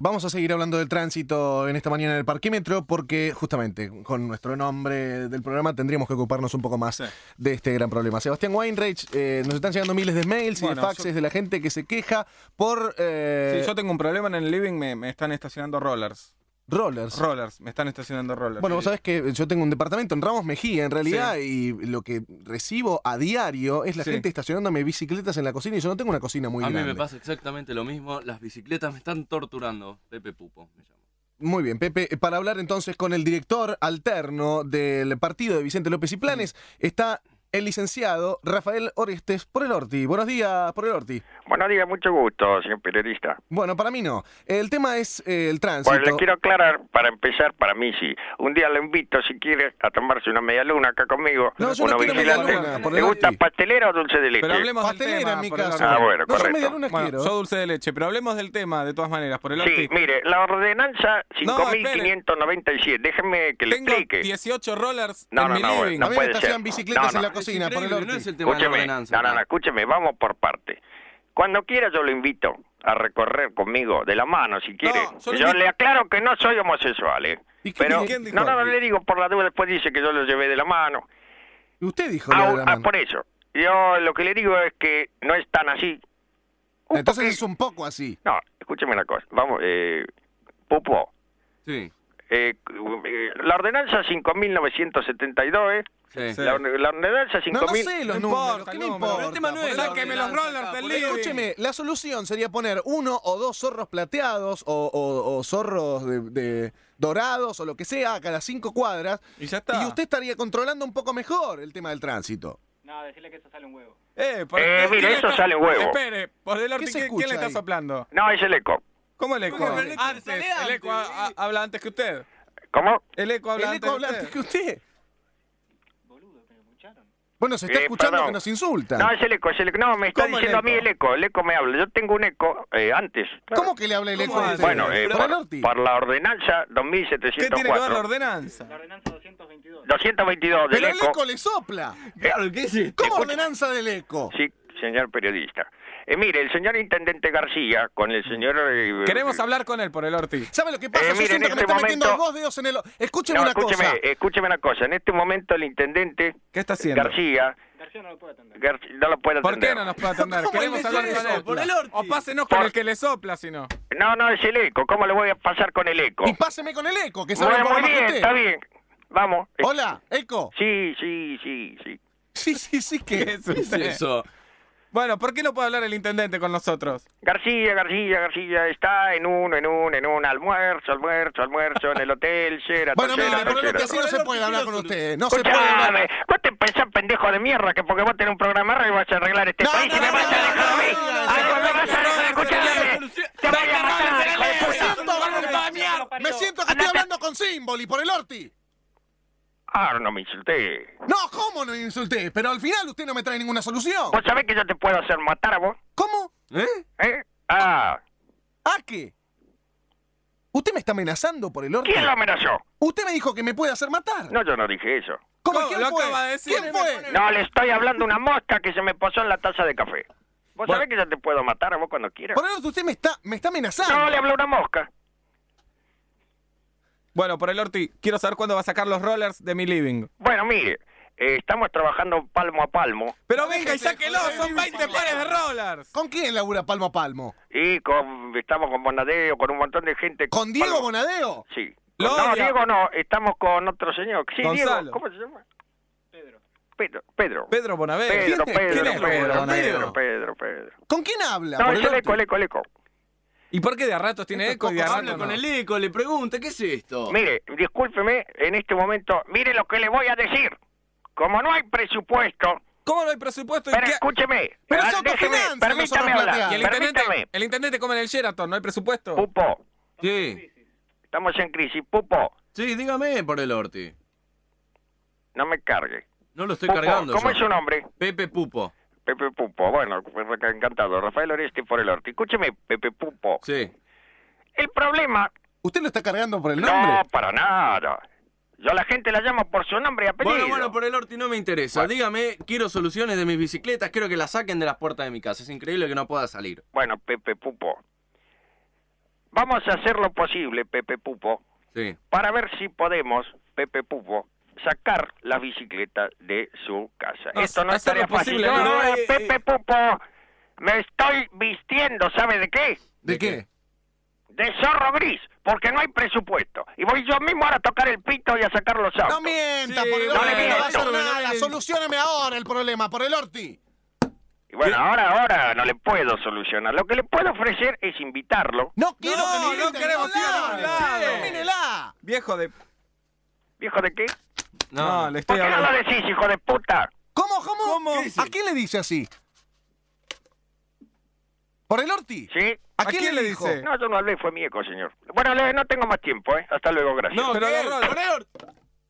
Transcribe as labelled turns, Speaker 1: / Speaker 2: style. Speaker 1: Vamos a seguir hablando del tránsito en esta mañana en el parquímetro porque justamente con nuestro nombre del programa tendríamos que ocuparnos un poco más
Speaker 2: Sí.
Speaker 1: de este gran problema. Sebastián Weinreich, eh, nos están llegando miles de mails y de
Speaker 2: Bueno,
Speaker 1: faxes
Speaker 2: yo-
Speaker 1: de la gente que se queja por eh,
Speaker 2: Sí, yo tengo un problema en el living, me, me están estacionando rollers.
Speaker 1: rollers.
Speaker 2: Rollers, me están estacionando rollers.
Speaker 1: Bueno, vos
Speaker 2: Sí.
Speaker 1: sabés que yo tengo un departamento en Ramos Mejía, en realidad, y lo que recibo a diario es la
Speaker 2: Sí.
Speaker 1: gente estacionándome bicicletas en la cocina y yo no tengo una cocina muy
Speaker 3: a mí
Speaker 1: grande.
Speaker 3: me pasa exactamente lo mismo. Las bicicletas me están torturando. Pepe Pupo me llamo.
Speaker 1: Muy bien, Pepe. eh, Para hablar entonces con el director alterno del partido de Vicente López y Planes, está el licenciado Rafael Orestes por el Orti. Buenos días, por el Orti.
Speaker 4: Buenos días, mucho gusto, señor periodista.
Speaker 1: Bueno, para mí no. El tema es eh, el tránsito.
Speaker 4: Bueno, le quiero aclarar, para empezar, para mí sí. Un día le invito, si quiere, a tomarse una media luna acá conmigo.
Speaker 1: No, yo no
Speaker 4: uno
Speaker 1: quiero media
Speaker 4: vigilante.
Speaker 1: luna, por
Speaker 4: ¿Te
Speaker 1: el-
Speaker 4: gusta pastelera o dulce de leche?
Speaker 2: Pero hablemos del
Speaker 1: Pastelera,
Speaker 2: tema.
Speaker 1: en mi
Speaker 2: por el
Speaker 1: caso.
Speaker 2: orti.
Speaker 4: Ah, bueno,
Speaker 1: no, yo
Speaker 4: correcto.
Speaker 1: media luna
Speaker 2: Bueno,
Speaker 1: quiero.
Speaker 2: yo dulce de leche, pero hablemos del tema de todas maneras, por el
Speaker 4: Sí,
Speaker 2: orti.
Speaker 4: mire, la ordenanza
Speaker 2: No,
Speaker 4: 5597, déjeme que le
Speaker 2: Tengo
Speaker 4: explique.
Speaker 2: 18 rollers
Speaker 4: No,
Speaker 2: en
Speaker 4: no,
Speaker 2: mi
Speaker 4: no,
Speaker 2: living.
Speaker 1: a
Speaker 4: no
Speaker 1: mí me
Speaker 4: puede
Speaker 1: estacionan
Speaker 4: ser.
Speaker 1: bicicletas
Speaker 4: No, no.
Speaker 1: en la cocina, por el
Speaker 3: Increíble,
Speaker 1: Orti.
Speaker 3: no es el tema de la
Speaker 4: Escúcheme,
Speaker 3: ordenanza.
Speaker 4: no, no, no, escúcheme, vamos por parte. Cuando quiera yo lo invito a recorrer conmigo, de la mano si quiere.
Speaker 2: yo
Speaker 4: yo
Speaker 2: lo invito-
Speaker 4: le aclaro que no soy homosexual, ¿eh?
Speaker 1: ¿Y qué
Speaker 4: Pero,
Speaker 1: dijo- quién dijo
Speaker 4: no, no, no
Speaker 1: aquí?
Speaker 4: le digo por la duda, después dice que yo lo llevé de la mano.
Speaker 1: Usted dijo
Speaker 4: Ah,
Speaker 1: lo de la
Speaker 4: ah,
Speaker 1: mano.
Speaker 4: por eso. Yo lo que le digo es que no es tan así. Un
Speaker 1: Entonces
Speaker 4: poqui-
Speaker 1: es un poco así.
Speaker 4: No, escúcheme una cosa. Vamos, eh, Pupo,
Speaker 3: Sí,
Speaker 4: eh, eh, la ordenanza 5.972, ¿eh?
Speaker 3: sí.
Speaker 2: Sí.
Speaker 4: La, or- la ordenanza 5.000...
Speaker 1: No, no sé los
Speaker 2: No
Speaker 1: números.
Speaker 2: importa,
Speaker 1: ¿Qué
Speaker 2: no,
Speaker 1: me
Speaker 2: pero
Speaker 1: importa?
Speaker 2: el tema no es
Speaker 1: Por el
Speaker 2: la que me
Speaker 1: Orti.
Speaker 2: los rollers del living.
Speaker 1: Escúcheme, la solución sería poner uno o dos zorros plateados o, o- o zorros de, de dorados o lo que sea a cada cinco cuadras
Speaker 2: Y ya está.
Speaker 1: y usted estaría controlando un poco mejor el tema del tránsito.
Speaker 5: No, decirle que eso sale un huevo.
Speaker 2: Eh, por-
Speaker 4: Eh,
Speaker 2: ¿quién
Speaker 4: mire,
Speaker 2: le
Speaker 4: eso
Speaker 2: está-
Speaker 4: sale huevo.
Speaker 2: Espere, por el orti,
Speaker 1: se
Speaker 2: ¿quién,
Speaker 1: escucha
Speaker 2: quién le está
Speaker 1: ahí?
Speaker 2: soplando?
Speaker 4: No, es el eco.
Speaker 2: ¿Cómo el eco?
Speaker 1: ¿Cómo el eco?
Speaker 2: Antes,
Speaker 1: Sale
Speaker 2: el eco
Speaker 1: antes,
Speaker 2: ha- ha- habla antes que usted.
Speaker 4: ¿Cómo?
Speaker 2: El eco habla
Speaker 1: el
Speaker 2: antes
Speaker 1: eco
Speaker 2: que
Speaker 1: habla
Speaker 2: usted.
Speaker 1: antes que usted.
Speaker 5: Boludo, pero escucharon.
Speaker 1: Bueno, se está
Speaker 4: Eh,
Speaker 1: escuchando
Speaker 4: perdón.
Speaker 1: que nos insultan.
Speaker 4: No, es el eco, es el eco. No, me está
Speaker 2: ¿Cómo el
Speaker 4: diciendo a mí
Speaker 2: eco?
Speaker 4: el eco. El eco me habla. Yo tengo un eco eh, antes. claro.
Speaker 1: ¿Cómo que le habla el eco?
Speaker 2: ¿Cómo
Speaker 1: a
Speaker 2: hace?
Speaker 1: usted?
Speaker 4: Bueno, eh,
Speaker 1: por,
Speaker 4: por,
Speaker 1: el Orti.
Speaker 4: por la ordenanza
Speaker 2: ¿Qué tiene que ver la
Speaker 4: 2704.
Speaker 2: ordenanza?
Speaker 5: La ordenanza 222.
Speaker 4: 222 del
Speaker 1: Pero el
Speaker 4: eco.
Speaker 1: eco le sopla.
Speaker 3: Claro, ¿qué es esto?
Speaker 1: ¿Cómo
Speaker 4: Escucha.
Speaker 1: ordenanza del eco?
Speaker 4: Sí, señor periodista. Eh, mire, el señor intendente García con el señor. eh,
Speaker 2: Queremos
Speaker 4: eh,
Speaker 2: hablar con él por el orti.
Speaker 1: ¿Sabe lo que pasa?
Speaker 4: Eh,
Speaker 1: Yo
Speaker 4: mire,
Speaker 1: siento
Speaker 4: en
Speaker 1: que me
Speaker 4: este
Speaker 1: está metiendo
Speaker 4: momento-
Speaker 1: dos dedos en el... o- Escúcheme
Speaker 4: No,
Speaker 1: una
Speaker 4: escúcheme,
Speaker 1: cosa.
Speaker 4: escúcheme una cosa. En este momento el intendente
Speaker 2: ¿Qué está haciendo?
Speaker 4: García,
Speaker 5: García no lo puede atender.
Speaker 4: Gar- no lo puede
Speaker 2: ¿Por
Speaker 4: atender.
Speaker 2: qué no nos puede atender?
Speaker 1: ¿Cómo
Speaker 2: Queremos
Speaker 1: le
Speaker 2: hablar
Speaker 1: sale
Speaker 2: con
Speaker 1: eso?
Speaker 2: él.
Speaker 1: Por el orti.
Speaker 2: O pásenos con
Speaker 4: Por-
Speaker 2: el que le sopla, si no.
Speaker 4: No, no, es el eco. ¿Cómo le voy a pasar con el eco?
Speaker 1: Y páseme con el eco, que sabe un
Speaker 4: Bueno,
Speaker 1: poco más
Speaker 4: muy
Speaker 1: que
Speaker 4: bien,
Speaker 1: usted.
Speaker 4: está bien. Vamos. Eh,
Speaker 1: Hola, eco.
Speaker 4: Sí, sí, sí, sí.
Speaker 1: Sí, sí, sí,
Speaker 2: ¿Qué
Speaker 1: que...
Speaker 2: es
Speaker 3: ¿Qué es
Speaker 2: usted?
Speaker 3: eso?
Speaker 2: Bueno, ¿por qué no puede hablar el intendente con nosotros?
Speaker 4: García, García, García está en un, en un, en un almuerzo, almuerzo, almuerzo en el hotel, Sheraton,
Speaker 1: Bueno, mire,
Speaker 4: Sheraton,
Speaker 1: pero no, que así
Speaker 4: Sheraton.
Speaker 1: no se
Speaker 3: Pero
Speaker 1: puede
Speaker 3: no
Speaker 1: hablar
Speaker 3: quiero
Speaker 1: con
Speaker 3: solu-
Speaker 1: usted. eh, No se puede
Speaker 4: Escuchame,
Speaker 1: hablar.
Speaker 4: vos te pensás pendejo de mierda que porque vos tenés un programa y vas a arreglar este
Speaker 1: No,
Speaker 4: país
Speaker 1: no,
Speaker 4: y me
Speaker 1: no,
Speaker 4: vas
Speaker 1: no,
Speaker 4: a dejar a
Speaker 1: no,
Speaker 4: mí.
Speaker 1: no, no, no,
Speaker 4: Ay, pues me
Speaker 1: no,
Speaker 4: vas a dejar, escuchame. Te voy a matar, hijo de puta.
Speaker 1: siento- Me
Speaker 5: parió.
Speaker 1: siento que estoy
Speaker 4: Andate.
Speaker 1: hablando con Simboli por el Orti.
Speaker 4: Ah, no me insulté.
Speaker 1: No, ¿cómo no me insulté? Pero al final usted no me trae ninguna solución.
Speaker 4: ¿Vos sabés que yo te puedo hacer matar a vos?
Speaker 1: ¿Cómo?
Speaker 3: ¿Eh?
Speaker 4: ¿Eh? Ah,
Speaker 1: ¿A qué? ¿Usted me está amenazando por el Orti?
Speaker 4: ¿quién lo amenazó?
Speaker 1: Usted me dijo que me puede hacer matar.
Speaker 4: No, yo no dije eso.
Speaker 1: ¿Cómo?
Speaker 2: ¿Cómo?
Speaker 1: ¿Quién
Speaker 2: Lo
Speaker 1: fue?
Speaker 2: acaba de decir.
Speaker 1: ¿Quién fue?
Speaker 4: No, le estoy hablando a una mosca que se me posó en la taza de café. ¿Vos sabés que yo te puedo matar a vos cuando quieras?
Speaker 1: Por el Orti, usted me está, me está amenazando.
Speaker 4: No, le habló una mosca.
Speaker 2: Bueno, por el orti, quiero saber cuándo va a sacar los rollers de mi living.
Speaker 4: Bueno, mire, eh, estamos trabajando palmo a palmo
Speaker 2: Pero venga y sáquelo, son 20 pares de rollers.
Speaker 1: ¿Con quién labura palmo a palmo?
Speaker 4: y con, estamos con Bonadeo, con un montón de gente.
Speaker 1: ¿Con Diego
Speaker 4: Palmo-
Speaker 1: Bonadeo?
Speaker 4: Sí.
Speaker 2: Lo
Speaker 4: no,
Speaker 2: odia.
Speaker 4: Diego no, estamos con otro señor. Sí,
Speaker 2: Gonzalo.
Speaker 4: Diego, ¿cómo se llama?
Speaker 5: Pedro.
Speaker 4: Pedro, Pedro.
Speaker 2: Pedro Bonavé.
Speaker 4: Pedro, Pedro,
Speaker 2: ¿Quién es? ¿Quién es
Speaker 4: Pedro, Pedro,
Speaker 2: Bonadeo?
Speaker 4: Pedro, Pedro, Pedro.
Speaker 1: ¿Con quién habla?
Speaker 4: No,
Speaker 1: por
Speaker 4: es
Speaker 1: el
Speaker 4: el
Speaker 1: Orti?
Speaker 4: eco, el eco, el eco.
Speaker 2: ¿Y por qué de a ratos tiene
Speaker 1: Estos
Speaker 2: eco y de a
Speaker 1: pocos
Speaker 2: ratos
Speaker 3: Habla
Speaker 2: no?
Speaker 3: con el eco, le pregunta, ¿qué es esto?
Speaker 4: Mire, discúlpeme en este momento, mire lo que le voy a decir. Como no hay presupuesto,
Speaker 2: ¿Cómo no hay presupuesto? y
Speaker 4: pero
Speaker 2: qué-
Speaker 4: escúcheme,
Speaker 1: Pero
Speaker 4: ah,
Speaker 1: se
Speaker 4: déjeme,
Speaker 1: autofinancian los
Speaker 4: permítame
Speaker 1: zorros plateados.
Speaker 4: hablar,
Speaker 2: Y el intendente,
Speaker 4: permítame.
Speaker 2: el intendente come en el Sheraton, ¿no hay presupuesto?
Speaker 4: Pupo,
Speaker 3: Sí.
Speaker 4: estamos en crisis, Pupo,
Speaker 3: Sí, dígame por el Orti.
Speaker 4: no me cargue.
Speaker 3: No lo estoy
Speaker 4: Pupo,
Speaker 3: cargando.
Speaker 4: ¿Cómo
Speaker 3: yo.
Speaker 4: es su nombre?
Speaker 3: Pepe Pupo.
Speaker 4: Pepe Pupo, bueno, pues, encantado. Rafael Oresti por el Orti. Escúcheme, Pepe Pupo.
Speaker 3: Sí.
Speaker 4: El problema,
Speaker 1: ¿Usted lo está cargando por el nombre?
Speaker 4: no, para nada. Yo a la gente la llamo por su nombre y apellido.
Speaker 3: Bueno, bueno, por el Orti no me interesa. Dígame, quiero soluciones de mis bicicletas, quiero que las saquen de las puertas de mi casa. Es increíble que no pueda salir.
Speaker 4: Bueno, Pepe Pupo. Vamos a hacer lo posible, Pepe Pupo,
Speaker 3: Sí.
Speaker 4: para ver si podemos, Pepe Pupo, sacar las bicicletas de su casa.
Speaker 2: No,
Speaker 4: Esto no es
Speaker 2: hacer lo
Speaker 4: tarea fácil.
Speaker 2: posible, no,
Speaker 4: Ah,
Speaker 2: eh,
Speaker 4: Pepe
Speaker 2: eh.
Speaker 4: Pupo, me estoy vistiendo, ¿sabe de qué?
Speaker 1: ¿De,
Speaker 3: ¿De
Speaker 1: qué?
Speaker 3: qué?
Speaker 4: De zorro gris, porque no hay presupuesto. Y voy yo mismo ahora a tocar el pito y a sacar los autos.
Speaker 1: No mienta,
Speaker 2: Sí,
Speaker 1: por el
Speaker 4: no
Speaker 1: orti,
Speaker 4: le
Speaker 1: no va a hacer
Speaker 4: miento.
Speaker 1: nada. Solucioname ahora el problema, por el orti.
Speaker 4: Y bueno, ahora, ahora no le puedo solucionar. Lo que le puedo ofrecer es invitarlo.
Speaker 1: No quiero
Speaker 2: No,
Speaker 1: que me
Speaker 2: no
Speaker 1: inviten
Speaker 2: queremos
Speaker 1: a
Speaker 2: ir a
Speaker 1: ningún
Speaker 2: ningún
Speaker 1: lado.
Speaker 2: lado.
Speaker 1: Termínela.
Speaker 2: Viejo de.
Speaker 4: ¿Viejo de qué?
Speaker 2: Este No, le estoy
Speaker 4: ¿Por qué no lo
Speaker 2: hablando.
Speaker 4: decís, hijo de puta?
Speaker 1: ¿Cómo, cómo?
Speaker 2: ¿Cómo?
Speaker 1: ¿Qué dice? ¿A quién le dice así? ¿Por el orti?
Speaker 4: ¿Sí?
Speaker 1: ¿A quién, le dice?
Speaker 4: No, yo no hablé, fue mi eco, señor. Bueno, le- no tengo más tiempo, ¿eh? Hasta luego, gracias.
Speaker 2: No, pero
Speaker 1: ¿Qué?
Speaker 2: agarró-
Speaker 1: Por el orti.